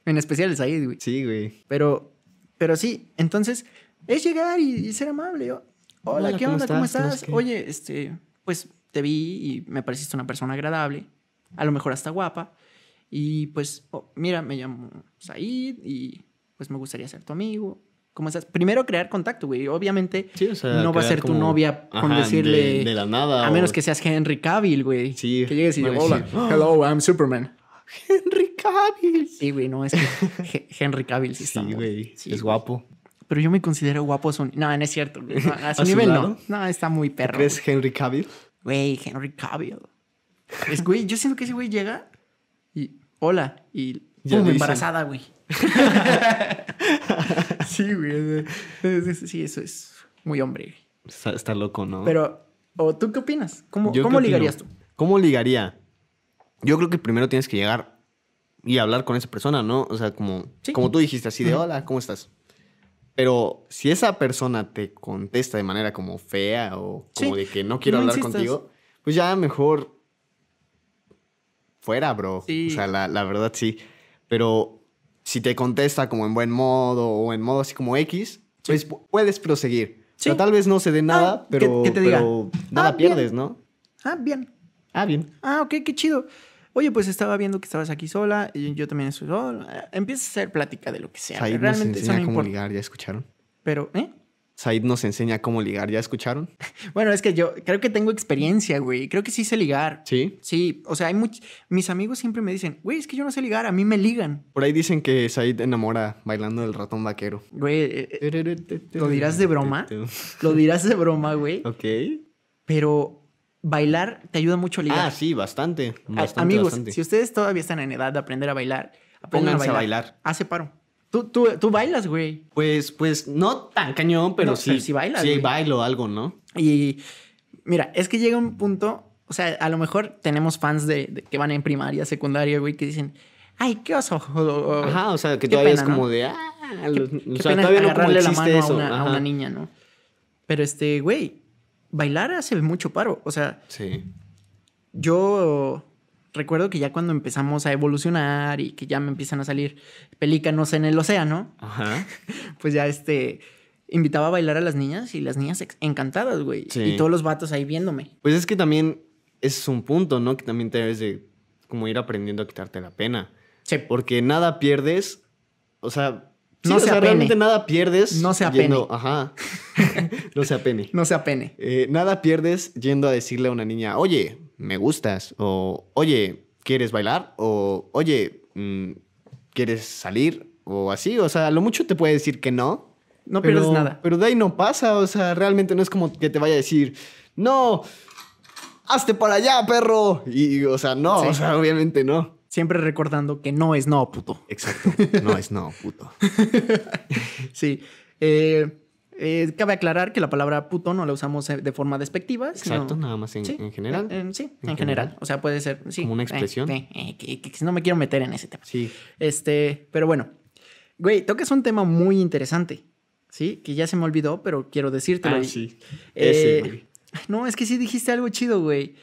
[SPEAKER 1] En especial el Said, güey.
[SPEAKER 2] Sí, güey.
[SPEAKER 1] Pero, pero sí, entonces es llegar y, y ser amable. yo, Hola,
[SPEAKER 2] Hola,
[SPEAKER 1] ¿qué
[SPEAKER 2] ¿cómo
[SPEAKER 1] onda? ¿Cómo
[SPEAKER 2] estás? ¿Qué no sé
[SPEAKER 1] estás?
[SPEAKER 2] qué?
[SPEAKER 1] Oye, este, pues te vi y me pareciste una persona agradable, a lo mejor hasta guapa. Y pues, oh, mira, me llamo Said y pues me gustaría ser tu amigo. ¿Cómo estás? Primero crear contacto, güey. Obviamente
[SPEAKER 2] Sí, o sea,
[SPEAKER 1] no va a
[SPEAKER 2] crear
[SPEAKER 1] ser tu
[SPEAKER 2] como-
[SPEAKER 1] novia con
[SPEAKER 2] Ajá,
[SPEAKER 1] decirle-
[SPEAKER 2] De, de la nada.
[SPEAKER 1] a
[SPEAKER 2] o-
[SPEAKER 1] menos que seas Henry Cavill, güey.
[SPEAKER 2] Sí,
[SPEAKER 1] Que llegues y
[SPEAKER 2] van a
[SPEAKER 1] hola,
[SPEAKER 2] decir, (gasps)
[SPEAKER 1] hello, I'm Superman.
[SPEAKER 2] Henry Cavill.
[SPEAKER 1] Sí, güey, no, es que
[SPEAKER 2] (laughs)
[SPEAKER 1] He- Henry Cavill sí está
[SPEAKER 2] Sí,
[SPEAKER 1] muy-
[SPEAKER 2] güey.
[SPEAKER 1] sí,
[SPEAKER 2] es
[SPEAKER 1] güey.
[SPEAKER 2] guapo.
[SPEAKER 1] Pero yo me considero guapo a su... No, no es cierto. güey. No,
[SPEAKER 2] (laughs)
[SPEAKER 1] a su
[SPEAKER 2] ¿A su
[SPEAKER 1] nivel
[SPEAKER 2] lado?
[SPEAKER 1] no. No, está muy perro.
[SPEAKER 2] ¿Crees Henry Cavill?
[SPEAKER 1] Güey, Güey, Henry Cavill. Es, güey, yo siento que ese güey llega y... Hola. Y...
[SPEAKER 2] Ya
[SPEAKER 1] pum,
[SPEAKER 2] le dicen.
[SPEAKER 1] embarazada,
[SPEAKER 2] (laughs)
[SPEAKER 1] güey. sí, güey. es- es- es- Sí, eso es muy hombre. güey.
[SPEAKER 2] Está, está loco, ¿no?
[SPEAKER 1] Pero ¿O tú qué opinas? ¿Cómo,
[SPEAKER 2] Yo
[SPEAKER 1] cómo
[SPEAKER 2] qué opino.
[SPEAKER 1] ligarías tú?
[SPEAKER 2] ¿Cómo ligaría? Yo creo que primero tienes que llegar y hablar con esa persona, ¿no? O sea, como,
[SPEAKER 1] Sí.
[SPEAKER 2] como tú dijiste, así de
[SPEAKER 1] Ujú.
[SPEAKER 2] hola, ¿cómo estás? Pero si esa persona te contesta de manera como fea o como
[SPEAKER 1] Sí,
[SPEAKER 2] de que no quiero
[SPEAKER 1] no
[SPEAKER 2] hablar
[SPEAKER 1] insistas.
[SPEAKER 2] contigo, pues ya mejor fuera, bro.
[SPEAKER 1] Sí.
[SPEAKER 2] O sea, la, la verdad sí. Pero si te contesta como en buen modo o en modo así como X, pues pu- puedes proseguir. O sea,
[SPEAKER 1] Sí.
[SPEAKER 2] tal vez no se dé nada,
[SPEAKER 1] Ah, que-
[SPEAKER 2] pero,
[SPEAKER 1] que te diga,
[SPEAKER 2] pero nada
[SPEAKER 1] "Ah, bien".
[SPEAKER 2] pierdes, ¿no?
[SPEAKER 1] Ah, bien.
[SPEAKER 2] Ah, bien.
[SPEAKER 1] Ah, ok, qué chido. Oye, pues estaba viendo que estabas aquí sola y yo también estoy sola. Empieza a hacer plática de lo que sea.
[SPEAKER 2] Said nos
[SPEAKER 1] Realmente eso
[SPEAKER 2] enseña
[SPEAKER 1] no
[SPEAKER 2] cómo
[SPEAKER 1] importa.
[SPEAKER 2] ligar, ¿ya escucharon?
[SPEAKER 1] Pero, ¿eh?
[SPEAKER 2] Said nos enseña cómo ligar, ¿ya escucharon?
[SPEAKER 1] Bueno, es que yo creo que tengo experiencia, güey. Creo que sí sé ligar.
[SPEAKER 2] Sí.
[SPEAKER 1] Sí, o sea, hay much... mis amigos siempre me dicen, güey, es que yo no sé ligar, a mí me ligan.
[SPEAKER 2] Por ahí dicen que Said enamora bailando el ratón vaquero.
[SPEAKER 1] Güey, eh, eh,
[SPEAKER 2] ¿Lo
[SPEAKER 1] dirás de broma? lo dirás de broma, güey,
[SPEAKER 2] Ok.
[SPEAKER 1] pero bailar te ayuda mucho a ligar.
[SPEAKER 2] Ah, sí, bastante.
[SPEAKER 1] A-
[SPEAKER 2] bastante,
[SPEAKER 1] Amigos,
[SPEAKER 2] bastante.
[SPEAKER 1] si ustedes todavía están en edad de aprender a bailar, aprendan
[SPEAKER 2] Pónganse a
[SPEAKER 1] a bailar.
[SPEAKER 2] bailar.
[SPEAKER 1] Hace paro. Tú, tú, tú bailas, güey.
[SPEAKER 2] Pues, pues, no tan cañón, pero
[SPEAKER 1] No,
[SPEAKER 2] sí.
[SPEAKER 1] pero sí bailas,
[SPEAKER 2] Sí,
[SPEAKER 1] güey.
[SPEAKER 2] bailo algo, ¿no?
[SPEAKER 1] Y mira, es que llega un punto, o sea, a lo mejor tenemos fans de, de- que van en primaria, secundaria, güey, que dicen, ay, qué oso. o- o-
[SPEAKER 2] Ajá, o sea,
[SPEAKER 1] qué
[SPEAKER 2] que todavía
[SPEAKER 1] pena,
[SPEAKER 2] es
[SPEAKER 1] ¿no?
[SPEAKER 2] como de... Ah,
[SPEAKER 1] Qué,
[SPEAKER 2] los-
[SPEAKER 1] qué
[SPEAKER 2] o sea,
[SPEAKER 1] pena
[SPEAKER 2] todavía no como
[SPEAKER 1] agarrarle la
[SPEAKER 2] existe
[SPEAKER 1] mano a
[SPEAKER 2] eso.
[SPEAKER 1] una, a una
[SPEAKER 2] Ajá.
[SPEAKER 1] niña, ¿no? Pero este, güey, bailar hace mucho paro. O sea,
[SPEAKER 2] Sí.
[SPEAKER 1] yo recuerdo que ya cuando empezamos a evolucionar y que ya me empiezan a salir pelícanos en el océano, (laughs)
[SPEAKER 2] Ajá.
[SPEAKER 1] pues ya este, invitaba a bailar a las niñas y las niñas ex- encantadas, güey.
[SPEAKER 2] Sí.
[SPEAKER 1] Y todos los vatos ahí viéndome.
[SPEAKER 2] Pues es que también ese es un punto, ¿no? Que también te debes de como ir aprendiendo a quitarte la pena.
[SPEAKER 1] Sí,
[SPEAKER 2] Porque nada pierdes. O sea,
[SPEAKER 1] No
[SPEAKER 2] o
[SPEAKER 1] se
[SPEAKER 2] sea,
[SPEAKER 1] apene.
[SPEAKER 2] realmente nada pierdes.
[SPEAKER 1] No se apene.
[SPEAKER 2] yendo- Ajá. (laughs) no se apene.
[SPEAKER 1] no se apene.
[SPEAKER 2] Eh, nada pierdes yendo a decirle a una niña, oye, me gustas. O, oye, ¿quieres bailar? O, oye, mm, ¿quieres salir? O así. O sea, a lo mucho te puede decir que no.
[SPEAKER 1] No
[SPEAKER 2] pero-
[SPEAKER 1] pierdes nada.
[SPEAKER 2] Pero de ahí no pasa. O sea, realmente no es como que te vaya a decir, no, hazte para allá, perro. Y, y, o sea, no.
[SPEAKER 1] Sí.
[SPEAKER 2] O sea, obviamente no.
[SPEAKER 1] Siempre recordando que no es no, puto.
[SPEAKER 2] Exacto. No es no,
[SPEAKER 1] (laughs)
[SPEAKER 2] puto.
[SPEAKER 1] Sí. Eh, eh, cabe aclarar que la palabra puto no la usamos eh, de forma despectiva. sino-
[SPEAKER 2] Exacto, nada más en,
[SPEAKER 1] Sí, Eh,
[SPEAKER 2] en general.
[SPEAKER 1] en- sí, en,
[SPEAKER 2] En
[SPEAKER 1] general.
[SPEAKER 2] general.
[SPEAKER 1] O sea, puede ser. sí,
[SPEAKER 2] Como una
[SPEAKER 1] eh,
[SPEAKER 2] expresión.
[SPEAKER 1] eh, eh, que- que- que no me quiero meter en ese tema.
[SPEAKER 2] sí.
[SPEAKER 1] Este, pero bueno. Güey, tocas un tema muy interesante. Sí, que ya se me olvidó, pero quiero decírtelo.
[SPEAKER 2] Ah,
[SPEAKER 1] Y-
[SPEAKER 2] sí.
[SPEAKER 1] eh,
[SPEAKER 2] Ese, güey.
[SPEAKER 1] no, es que sí dijiste algo chido, güey.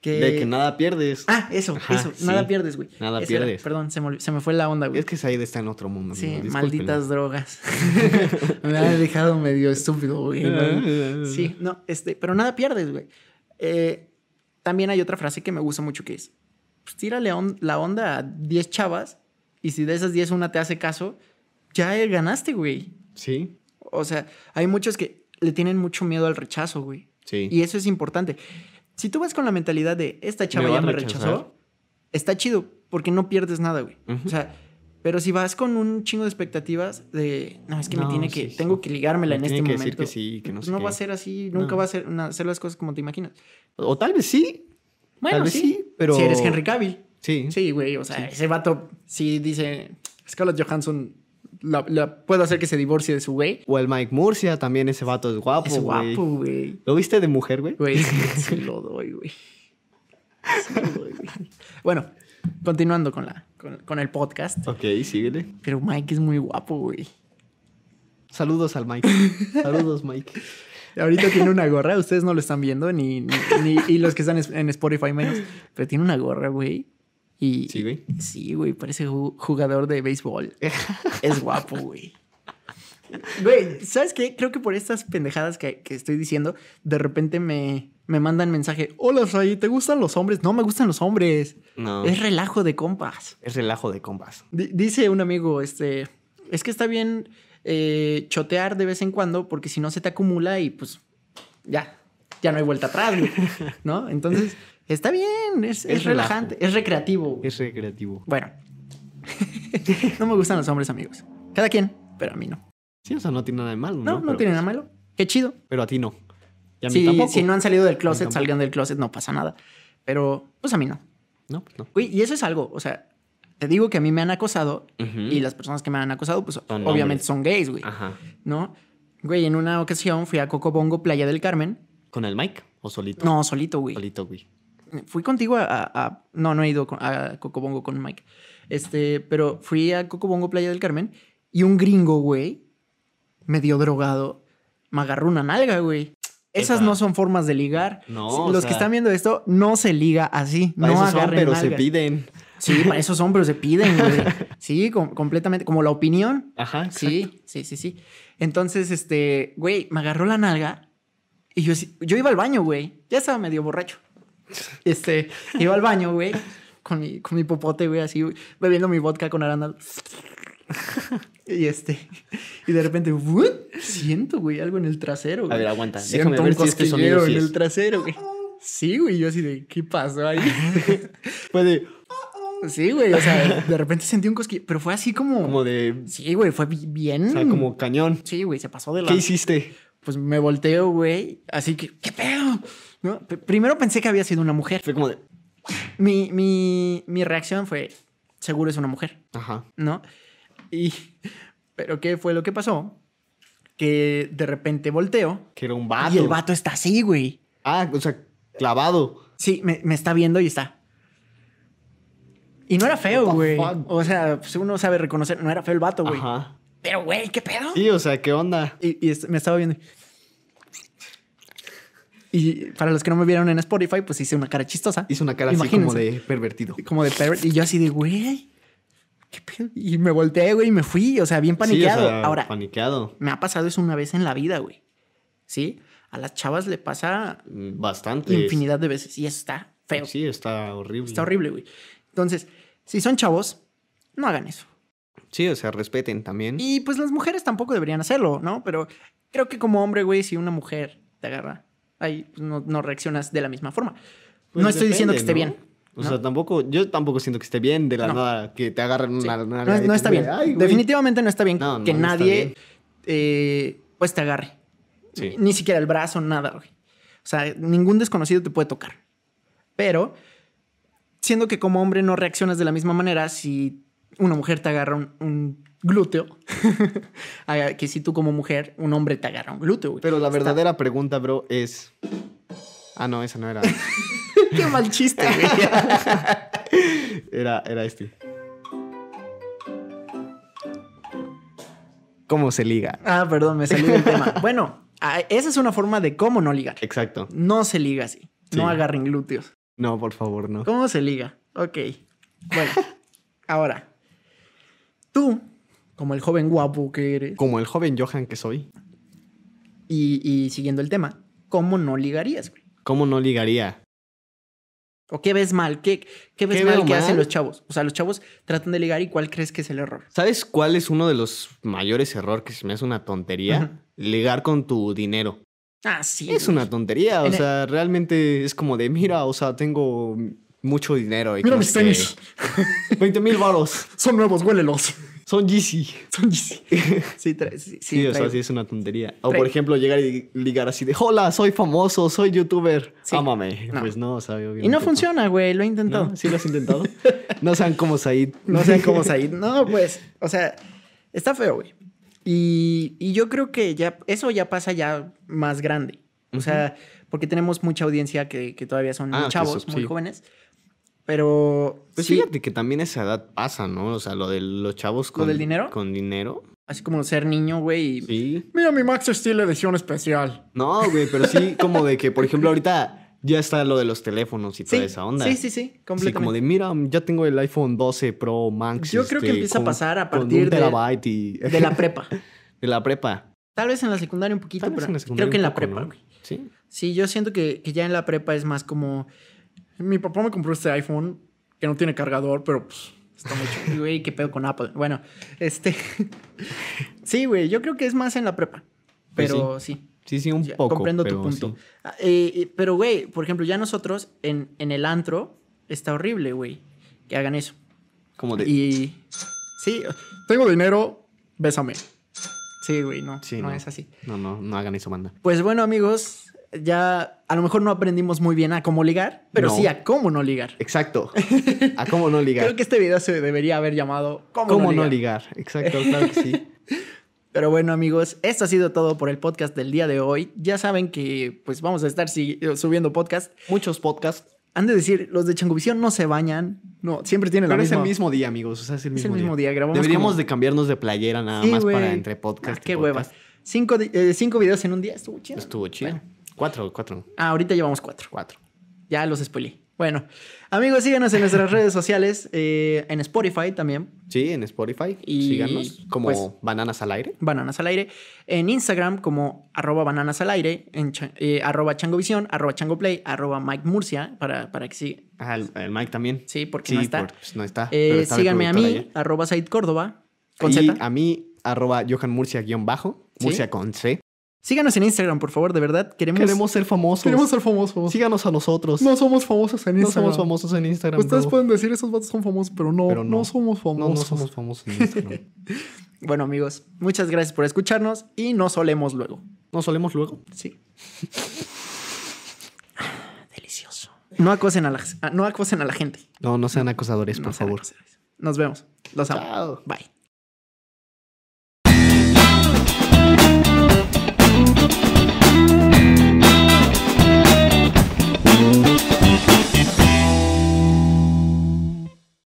[SPEAKER 1] Que...
[SPEAKER 2] De que nada pierdes.
[SPEAKER 1] Ah, eso,
[SPEAKER 2] Ajá,
[SPEAKER 1] eso.
[SPEAKER 2] sí.
[SPEAKER 1] Nada pierdes, güey.
[SPEAKER 2] Nada
[SPEAKER 1] Eso era.
[SPEAKER 2] pierdes.
[SPEAKER 1] Perdón, se me, olvi- se me fue la onda, güey.
[SPEAKER 2] Es que Said está en otro mundo.
[SPEAKER 1] Sí,
[SPEAKER 2] amigo, discúlpenlo.
[SPEAKER 1] malditas drogas. me han dejado medio estúpido,
[SPEAKER 2] Eh,
[SPEAKER 1] güey.
[SPEAKER 2] Ah.
[SPEAKER 1] ¿no? Sí, no, este, pero nada pierdes, güey. Eh, también hay otra frase que me gusta mucho que es, pues tírale on- la onda a 10 chavas y si de esas 10 una te hace caso, ya eh, ganaste, güey.
[SPEAKER 2] Sí,
[SPEAKER 1] O sea, hay muchos que le tienen mucho miedo al rechazo, güey.
[SPEAKER 2] sí.
[SPEAKER 1] Y eso es importante. Si tú vas con la mentalidad de esta chava
[SPEAKER 2] va
[SPEAKER 1] ya
[SPEAKER 2] a
[SPEAKER 1] me
[SPEAKER 2] rechazar.
[SPEAKER 1] rechazó, está chido, porque no pierdes nada, güey.
[SPEAKER 2] Ujú.
[SPEAKER 1] O sea, pero si vas con un chingo de expectativas de, no, es que
[SPEAKER 2] No,
[SPEAKER 1] me tiene
[SPEAKER 2] sí,
[SPEAKER 1] que,
[SPEAKER 2] sí.
[SPEAKER 1] tengo que ligármela
[SPEAKER 2] Me
[SPEAKER 1] en
[SPEAKER 2] tiene
[SPEAKER 1] este
[SPEAKER 2] que
[SPEAKER 1] momento.
[SPEAKER 2] decir que sí, que no sé qué.
[SPEAKER 1] va a ser así, nunca
[SPEAKER 2] No.
[SPEAKER 1] va a ser, na- hacer las cosas como te imaginas.
[SPEAKER 2] O tal vez sí.
[SPEAKER 1] Bueno,
[SPEAKER 2] vez
[SPEAKER 1] sí,
[SPEAKER 2] sí, pero-
[SPEAKER 1] Si eres Henry Cavill.
[SPEAKER 2] Sí.
[SPEAKER 1] Sí, güey, o sea, ese vato sí dice, Scarlett Johansson, la, la- puedo hacer que se divorcie de su güey.
[SPEAKER 2] O el Mike Murcia, también ese vato es guapo.
[SPEAKER 1] Es guapo,
[SPEAKER 2] güey.
[SPEAKER 1] güey.
[SPEAKER 2] ¿Lo viste de mujer,
[SPEAKER 1] (laughs)
[SPEAKER 2] güey?
[SPEAKER 1] Güey, sí, sí lo doy, güey. Sí lo doy, güey. Bueno, continuando con, la, con, con el podcast.
[SPEAKER 2] Ok, síguele.
[SPEAKER 1] Pero Mike es muy guapo, güey.
[SPEAKER 2] Saludos al
[SPEAKER 1] (laughs)
[SPEAKER 2] Mike. Saludos, Mike.
[SPEAKER 1] Ahorita tiene una gorra, ustedes no lo están viendo, ni, ni- ni- y los que están es- en Spotify menos. Pero tiene una gorra, güey. Y,
[SPEAKER 2] Sí, güey.
[SPEAKER 1] Sí, güey, parece ju- jugador de
[SPEAKER 2] (laughs)
[SPEAKER 1] béisbol. Es guapo, güey. Güey, ¿sabes qué? Creo que por estas pendejadas que, que estoy diciendo, de repente me, me mandan mensaje. Hola, Sai, ¿te gustan los hombres? No me gustan los hombres.
[SPEAKER 2] No.
[SPEAKER 1] Es relajo de compas.
[SPEAKER 2] Es relajo de compas.
[SPEAKER 1] Di- dice un amigo, este, es que está bien eh, chotear de vez en cuando porque si no se te acumula y pues ya, ya no hay vuelta atrás,
[SPEAKER 2] (laughs)
[SPEAKER 1] güey, ¿no? Entonces, está bien, es, es
[SPEAKER 2] Es relajo.
[SPEAKER 1] relajante, es recreativo. güey.
[SPEAKER 2] Es recreativo.
[SPEAKER 1] Bueno, (laughs) no me gustan los hombres amigos. Cada quien, pero a mí no.
[SPEAKER 2] Sí, o sea, no tiene nada de malo.
[SPEAKER 1] No, no,
[SPEAKER 2] Pero-
[SPEAKER 1] tiene nada malo. Qué chido.
[SPEAKER 2] Pero a ti no. Y a mí
[SPEAKER 1] Si,
[SPEAKER 2] tampoco.
[SPEAKER 1] si no han salido del
[SPEAKER 2] A mí
[SPEAKER 1] closet,
[SPEAKER 2] tampoco.
[SPEAKER 1] salgan del closet, no pasa nada. Pero, pues a mí no.
[SPEAKER 2] No, pues no.
[SPEAKER 1] Güey, y eso es algo, o sea, te digo que a mí me han acosado
[SPEAKER 2] Ujú.
[SPEAKER 1] y las personas que me han acosado, pues
[SPEAKER 2] Son
[SPEAKER 1] obviamente
[SPEAKER 2] hombres.
[SPEAKER 1] son gays, güey,
[SPEAKER 2] Ajá.
[SPEAKER 1] ¿no? Güey, en una ocasión fui a Cocobongo, Playa del Carmen.
[SPEAKER 2] ¿Con el Mike? ¿O ¿O solito?
[SPEAKER 1] No, solito, güey.
[SPEAKER 2] Solito, güey.
[SPEAKER 1] Fui contigo a, a- a- No, no he ido con- a Cocobongo con Mike. Este, pero fui a Cocobongo Playa del Carmen y un gringo, güey, medio drogado, me agarró una nalga, güey. Esas
[SPEAKER 2] Epa.
[SPEAKER 1] no son formas de ligar.
[SPEAKER 2] No,
[SPEAKER 1] Si-
[SPEAKER 2] o
[SPEAKER 1] Los
[SPEAKER 2] sea-
[SPEAKER 1] que están viendo esto, no se liga así.
[SPEAKER 2] Para
[SPEAKER 1] No
[SPEAKER 2] eso son,
[SPEAKER 1] agarren
[SPEAKER 2] pero se
[SPEAKER 1] nalga.
[SPEAKER 2] piden.
[SPEAKER 1] Sí, para esos hombres se piden,
[SPEAKER 2] (laughs)
[SPEAKER 1] güey. Sí, com- completamente. Como la opinión.
[SPEAKER 2] Ajá, exacto.
[SPEAKER 1] Sí, sí, sí, sí. Entonces, este, güey, me agarró la nalga y yo, así- yo iba al baño, güey. Ya estaba medio
[SPEAKER 2] (laughs)
[SPEAKER 1] borracho. Este, iba al baño, güey, con mi, con mi popote, güey, así, güey, bebiendo mi vodka con arándano. Y este, y de repente, ¡wup! siento, güey, algo en el trasero.
[SPEAKER 2] A
[SPEAKER 1] Güey.
[SPEAKER 2] ver, aguanta.
[SPEAKER 1] Siento
[SPEAKER 2] Déjame ver
[SPEAKER 1] un
[SPEAKER 2] si este
[SPEAKER 1] cosquilleo
[SPEAKER 2] sonido sí
[SPEAKER 1] en el
[SPEAKER 2] es.
[SPEAKER 1] trasero, güey. Sí, güey, yo así de, ¿qué pasó
[SPEAKER 2] (laughs)
[SPEAKER 1] ahí?
[SPEAKER 2] Puede,
[SPEAKER 1] Sí, güey, o sea, de repente sentí un cosquillo, pero fue así como...
[SPEAKER 2] como de...
[SPEAKER 1] Sí, güey, fue bi- bien.
[SPEAKER 2] O sea, como cañón.
[SPEAKER 1] Sí, güey, se pasó de la...
[SPEAKER 2] ¿Qué hiciste?
[SPEAKER 1] Pues me volteo, güey, así que, ¿qué pedo? ¿No? P- primero pensé que había sido una mujer.
[SPEAKER 2] Fue como de...
[SPEAKER 1] Mi, mi, mi reacción fue, seguro es una mujer,
[SPEAKER 2] Ajá.
[SPEAKER 1] ¿no? Y... Pero ¿qué fue lo que pasó? Que de repente volteo
[SPEAKER 2] Que era un vato.
[SPEAKER 1] y el vato está así, güey.
[SPEAKER 2] Ah, o sea, clavado.
[SPEAKER 1] Sí, me, me está viendo y está. Y no era feo,
[SPEAKER 2] What the
[SPEAKER 1] güey.
[SPEAKER 2] fuck?
[SPEAKER 1] O sea, pues uno sabe reconocer, no era feo el vato, güey.
[SPEAKER 2] Ajá.
[SPEAKER 1] Pero, güey, ¿qué pedo?
[SPEAKER 2] Sí, o sea, ¿qué onda?
[SPEAKER 1] Y, y est- me estaba viendo. Y para los que no me vieron en Spotify, pues hice una cara chistosa.
[SPEAKER 2] Hizo una cara así como
[SPEAKER 1] Imagínense.
[SPEAKER 2] de pervertido.
[SPEAKER 1] Como de pervert. Y yo así de, güey, ¿qué pedo? Y me volteé, güey, y me fui. O sea, bien paniqueado.
[SPEAKER 2] Sí, o sea,
[SPEAKER 1] Ahora,
[SPEAKER 2] Paniqueado.
[SPEAKER 1] me ha pasado eso una vez en la vida, güey. ¿Sí? A las chavas le pasa
[SPEAKER 2] Mm, Bastante.
[SPEAKER 1] infinidad de veces. Y eso está feo.
[SPEAKER 2] Sí, está horrible.
[SPEAKER 1] Está horrible, güey. Entonces, si son chavos, no hagan eso.
[SPEAKER 2] Sí, o sea, respeten también.
[SPEAKER 1] Y pues las mujeres tampoco deberían hacerlo, ¿no? Pero creo que como hombre, güey, si una mujer te agarra, ahí pues, no, no reaccionas de la misma forma.
[SPEAKER 2] Pues
[SPEAKER 1] no estoy diciendo que esté
[SPEAKER 2] depende,
[SPEAKER 1] bien.
[SPEAKER 2] ¿no? O
[SPEAKER 1] ¿no?
[SPEAKER 2] sea, tampoco, yo tampoco siento que esté bien de la
[SPEAKER 1] No.
[SPEAKER 2] nada que te agarren
[SPEAKER 1] Sí.
[SPEAKER 2] una
[SPEAKER 1] No
[SPEAKER 2] nalga
[SPEAKER 1] es-
[SPEAKER 2] y
[SPEAKER 1] no
[SPEAKER 2] te
[SPEAKER 1] está
[SPEAKER 2] digan,
[SPEAKER 1] bien.
[SPEAKER 2] "Ay, güey".
[SPEAKER 1] Definitivamente no está bien
[SPEAKER 2] No, no,
[SPEAKER 1] que
[SPEAKER 2] no está
[SPEAKER 1] nadie
[SPEAKER 2] bien.
[SPEAKER 1] eh, pues te agarre.
[SPEAKER 2] Sí.
[SPEAKER 1] Ni siquiera el brazo, nada, güey. O sea, ningún desconocido te puede tocar. Pero, siendo que como hombre no reaccionas de la misma manera, si una mujer te agarra un, un glúteo, (laughs) ah, que si tú como mujer, un hombre te agarra un glúteo, güey.
[SPEAKER 2] Pero la
[SPEAKER 1] Está-
[SPEAKER 2] verdadera pregunta, bro, es. Ah, no, esa no era.
[SPEAKER 1] (laughs) Qué mal chiste,
[SPEAKER 2] (laughs)
[SPEAKER 1] güey.
[SPEAKER 2] Era, era este. ¿Cómo se liga?
[SPEAKER 1] ah, perdón, me salí del tema. Bueno, ah, esa es una forma de cómo no ligar.
[SPEAKER 2] Exacto.
[SPEAKER 1] No se liga así. No
[SPEAKER 2] Sí.
[SPEAKER 1] agarren glúteos.
[SPEAKER 2] No, por favor, no.
[SPEAKER 1] ¿Cómo se liga? Ok.
[SPEAKER 2] (laughs)
[SPEAKER 1] Bueno, ahora. Tú, como el joven guapo que eres,
[SPEAKER 2] Como el joven Johan que soy,
[SPEAKER 1] y, y siguiendo el tema, ¿cómo no ligarías, güey?
[SPEAKER 2] ¿cómo no ligaría?
[SPEAKER 1] ¿O qué ves mal? ¿Qué, qué ves
[SPEAKER 2] ¿Qué
[SPEAKER 1] mal
[SPEAKER 2] veo
[SPEAKER 1] que
[SPEAKER 2] mal?
[SPEAKER 1] hacen los chavos? O sea, los chavos tratan de ligar y ¿cuál crees que es el error?
[SPEAKER 2] ¿Sabes cuál es uno de los mayores errores que se me hace una tontería?
[SPEAKER 1] Ajá.
[SPEAKER 2] Ligar con tu dinero.
[SPEAKER 1] Ah, sí.
[SPEAKER 2] Es
[SPEAKER 1] güey.
[SPEAKER 2] una tontería,
[SPEAKER 1] En
[SPEAKER 2] o
[SPEAKER 1] el-
[SPEAKER 2] sea, realmente es como de, mira, o sea, tengo mucho dinero. y que
[SPEAKER 1] Mira
[SPEAKER 2] no
[SPEAKER 1] mis
[SPEAKER 2] sé qué".
[SPEAKER 1] tenis.
[SPEAKER 2] 20 mil varos.
[SPEAKER 1] Son nuevos, huélelos. (laughs)
[SPEAKER 2] Son Yeezy.
[SPEAKER 1] Son sí, tra- sí, sí,
[SPEAKER 2] Sí, o sea,
[SPEAKER 1] traigo.
[SPEAKER 2] sí es una tontería. O
[SPEAKER 1] Trae-
[SPEAKER 2] por ejemplo, llegar y ligar así de, hola, soy famoso, soy youtuber,
[SPEAKER 1] Sí.
[SPEAKER 2] ámame.
[SPEAKER 1] No.
[SPEAKER 2] Pues no, o sea, obviamente
[SPEAKER 1] Y no funciona, güey, lo he intentado.
[SPEAKER 2] ¿No? ¿Sí lo has
[SPEAKER 1] (laughs)
[SPEAKER 2] intentado? no sean como Said.
[SPEAKER 1] No sé
[SPEAKER 2] (laughs)
[SPEAKER 1] cómo salir. No, pues, o sea, está feo, güey. Y, y yo creo que ya, eso ya pasa ya más grande. O sea, porque tenemos mucha audiencia que, que todavía son
[SPEAKER 2] Ah,
[SPEAKER 1] muy
[SPEAKER 2] que
[SPEAKER 1] chavos,
[SPEAKER 2] son-
[SPEAKER 1] muy
[SPEAKER 2] sí.
[SPEAKER 1] jóvenes. Pero
[SPEAKER 2] Pues
[SPEAKER 1] sí,
[SPEAKER 2] fíjate que también a esa edad pasa, ¿no? O sea, lo de los chavos con...
[SPEAKER 1] del dinero?
[SPEAKER 2] Con dinero.
[SPEAKER 1] así como ser niño, güey. y-
[SPEAKER 2] Sí.
[SPEAKER 1] Mira mi Max Steel edición especial.
[SPEAKER 2] No, güey, pero sí como de que, por ejemplo, ahorita ya está lo de los teléfonos y
[SPEAKER 1] Sí,
[SPEAKER 2] toda esa onda.
[SPEAKER 1] sí, sí, sí,
[SPEAKER 2] Sí, como
[SPEAKER 1] completamente.
[SPEAKER 2] de, mira, ya tengo el iPhone 12 Pro Max.
[SPEAKER 1] Yo creo que
[SPEAKER 2] este,
[SPEAKER 1] empieza a
[SPEAKER 2] con-
[SPEAKER 1] pasar a
[SPEAKER 2] con un
[SPEAKER 1] partir de-
[SPEAKER 2] terabyte y-
[SPEAKER 1] De la prepa.
[SPEAKER 2] (laughs) de la prepa.
[SPEAKER 1] Tal vez en la secundaria un poquito,
[SPEAKER 2] Tal vez
[SPEAKER 1] pero
[SPEAKER 2] en la secundaria
[SPEAKER 1] creo que en
[SPEAKER 2] un
[SPEAKER 1] la
[SPEAKER 2] poco,
[SPEAKER 1] prepa,
[SPEAKER 2] ¿no?
[SPEAKER 1] güey.
[SPEAKER 2] Sí.
[SPEAKER 1] Sí, yo siento que, que ya en la prepa es más como. Mi papá me compró este iPhone que no tiene cargador, pero pues, está muy (laughs) chido. Güey, qué pedo con Apple. Bueno, este. (laughs) sí, güey, yo creo que es más en la prepa.
[SPEAKER 2] Pues
[SPEAKER 1] Pero sí.
[SPEAKER 2] Sí, sí, un
[SPEAKER 1] ya,
[SPEAKER 2] poco.
[SPEAKER 1] comprendo
[SPEAKER 2] pero
[SPEAKER 1] tu punto.
[SPEAKER 2] sí.
[SPEAKER 1] Ah, eh, eh, pero, güey, por ejemplo, ya nosotros en, en el antro está horrible, güey, que hagan eso.
[SPEAKER 2] Como de.
[SPEAKER 1] Y. Sí, tengo dinero, bésame. Sí, güey, no,
[SPEAKER 2] Sí,
[SPEAKER 1] no
[SPEAKER 2] no.
[SPEAKER 1] es así.
[SPEAKER 2] No, no, no hagan eso, banda.
[SPEAKER 1] Pues bueno, amigos, ya a lo mejor no aprendimos muy bien a cómo ligar, pero
[SPEAKER 2] No.
[SPEAKER 1] sí a cómo no ligar.
[SPEAKER 2] Exacto. (laughs) ¿A cómo no ligar?
[SPEAKER 1] Creo que este video se debería haber llamado ¿Cómo,
[SPEAKER 2] ¿Cómo
[SPEAKER 1] no,
[SPEAKER 2] no
[SPEAKER 1] ligar? (laughs)
[SPEAKER 2] ligar? Exacto, claro que sí.
[SPEAKER 1] Pero bueno, amigos, esto ha sido todo por el podcast del día de hoy. Ya saben que pues vamos a estar si- subiendo podcast.
[SPEAKER 2] Muchos podcasts.
[SPEAKER 1] Han de decir, los de Changovisión no se bañan. No, siempre tienen la
[SPEAKER 2] Pero es el
[SPEAKER 1] misma.
[SPEAKER 2] mismo día, amigos. O sea, es el
[SPEAKER 1] Es
[SPEAKER 2] mismo,
[SPEAKER 1] el mismo día, grabamos
[SPEAKER 2] Deberíamos
[SPEAKER 1] como-
[SPEAKER 2] de cambiarnos de playera nada
[SPEAKER 1] Sí,
[SPEAKER 2] más
[SPEAKER 1] güey.
[SPEAKER 2] para entre podcast.
[SPEAKER 1] Ah,
[SPEAKER 2] y
[SPEAKER 1] qué huevas.
[SPEAKER 2] podcast.
[SPEAKER 1] Cinco, di- eh, cinco videos en un día, estuvo chido.
[SPEAKER 2] Estuvo chido.
[SPEAKER 1] Bueno.
[SPEAKER 2] Cuatro, cuatro,
[SPEAKER 1] Ah, ahorita llevamos cuatro.
[SPEAKER 2] cuatro.
[SPEAKER 1] Ya los spoilé. Bueno, amigos, síganos en nuestras redes sociales, eh, en Spotify también,
[SPEAKER 2] Sí, en Spotify.
[SPEAKER 1] Y,
[SPEAKER 2] Síganos. Como
[SPEAKER 1] pues,
[SPEAKER 2] bananas al aire.
[SPEAKER 1] Bananas al Aire, en Instagram como arroba bananas al aire, en cha- eh, arroba changovisión, arroba changoplay, arroba Mike Murcia, para, para que sí,
[SPEAKER 2] Ah, el, el Mike también.
[SPEAKER 1] sí porque
[SPEAKER 2] Sí,
[SPEAKER 1] no está.
[SPEAKER 2] por- pues, no está.
[SPEAKER 1] Eh,
[SPEAKER 2] pero está de
[SPEAKER 1] síganme a mí,
[SPEAKER 2] productor allá.
[SPEAKER 1] arroba Said Córdoba, con
[SPEAKER 2] y
[SPEAKER 1] Z.
[SPEAKER 2] a mí, arroba Johan Murcia guión bajo.
[SPEAKER 1] Sí.
[SPEAKER 2] Murcia con C.
[SPEAKER 1] Síganos en Instagram, por favor, de verdad, queremos...
[SPEAKER 2] Queremos ser famosos.
[SPEAKER 1] ser famosos.
[SPEAKER 2] Síganos a nosotros.
[SPEAKER 1] No somos famosos en
[SPEAKER 2] No
[SPEAKER 1] Instagram.
[SPEAKER 2] somos famosos en Instagram.
[SPEAKER 1] Ustedes
[SPEAKER 2] bro.
[SPEAKER 1] pueden decir, esos vatos son famosos, pero no,
[SPEAKER 2] Pero no.
[SPEAKER 1] no somos
[SPEAKER 2] No,
[SPEAKER 1] famosos.
[SPEAKER 2] no somos famosos en
[SPEAKER 1] (laughs)
[SPEAKER 2] Instagram.
[SPEAKER 1] Bueno, amigos, muchas gracias por escucharnos y nos solemos luego.
[SPEAKER 2] ¿No solemos luego?
[SPEAKER 1] Sí. Delicioso. No acosen a la, ah, no acosen a la gente.
[SPEAKER 2] No, no sean acosadores, por
[SPEAKER 1] No sean
[SPEAKER 2] favor.
[SPEAKER 1] acosadores. Nos vemos. Los amo.
[SPEAKER 2] Chao.
[SPEAKER 1] Bye.